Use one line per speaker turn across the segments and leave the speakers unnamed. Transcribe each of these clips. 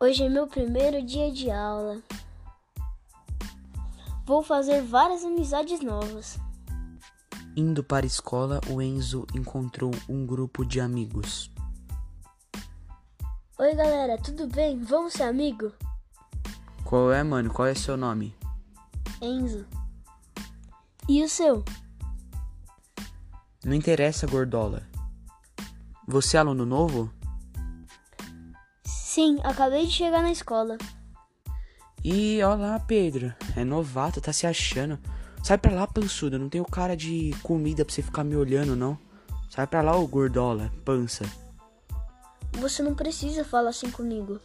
Hoje é meu primeiro dia de aula. Vou fazer várias amizades novas.
Indo para a escola, o Enzo encontrou um grupo de amigos.
Oi, galera, tudo bem? Vamos ser amigo?
Qual é, mano? Qual é seu nome?
Enzo. E o seu?
Não interessa, gordola. Você é aluno novo?
Sim, acabei de chegar na escola.
Ih, olha lá, Pedro. É novato, tá se achando. Sai pra lá, pançuda. Não tenho cara de comida pra você ficar me olhando, não. Sai pra lá, ô gordola, pança.
Você não precisa falar assim comigo.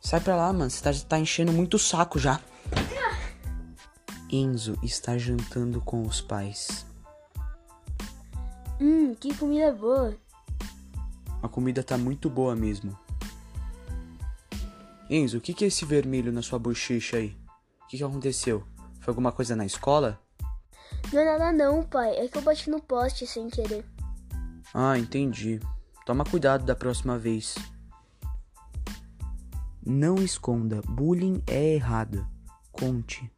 Sai pra lá, mano. Você tá, tá enchendo muito o saco já. Enzo está jantando com os pais.
Hum, que comida boa.
A comida tá muito boa mesmo. Enzo, o que, que é esse vermelho na sua bochecha aí? O que, que aconteceu? Foi alguma coisa na escola?
Não é nada não, pai. É que eu bati no poste sem querer.
Ah, entendi. Toma cuidado da próxima vez. Não esconda, bullying é errado. Conte.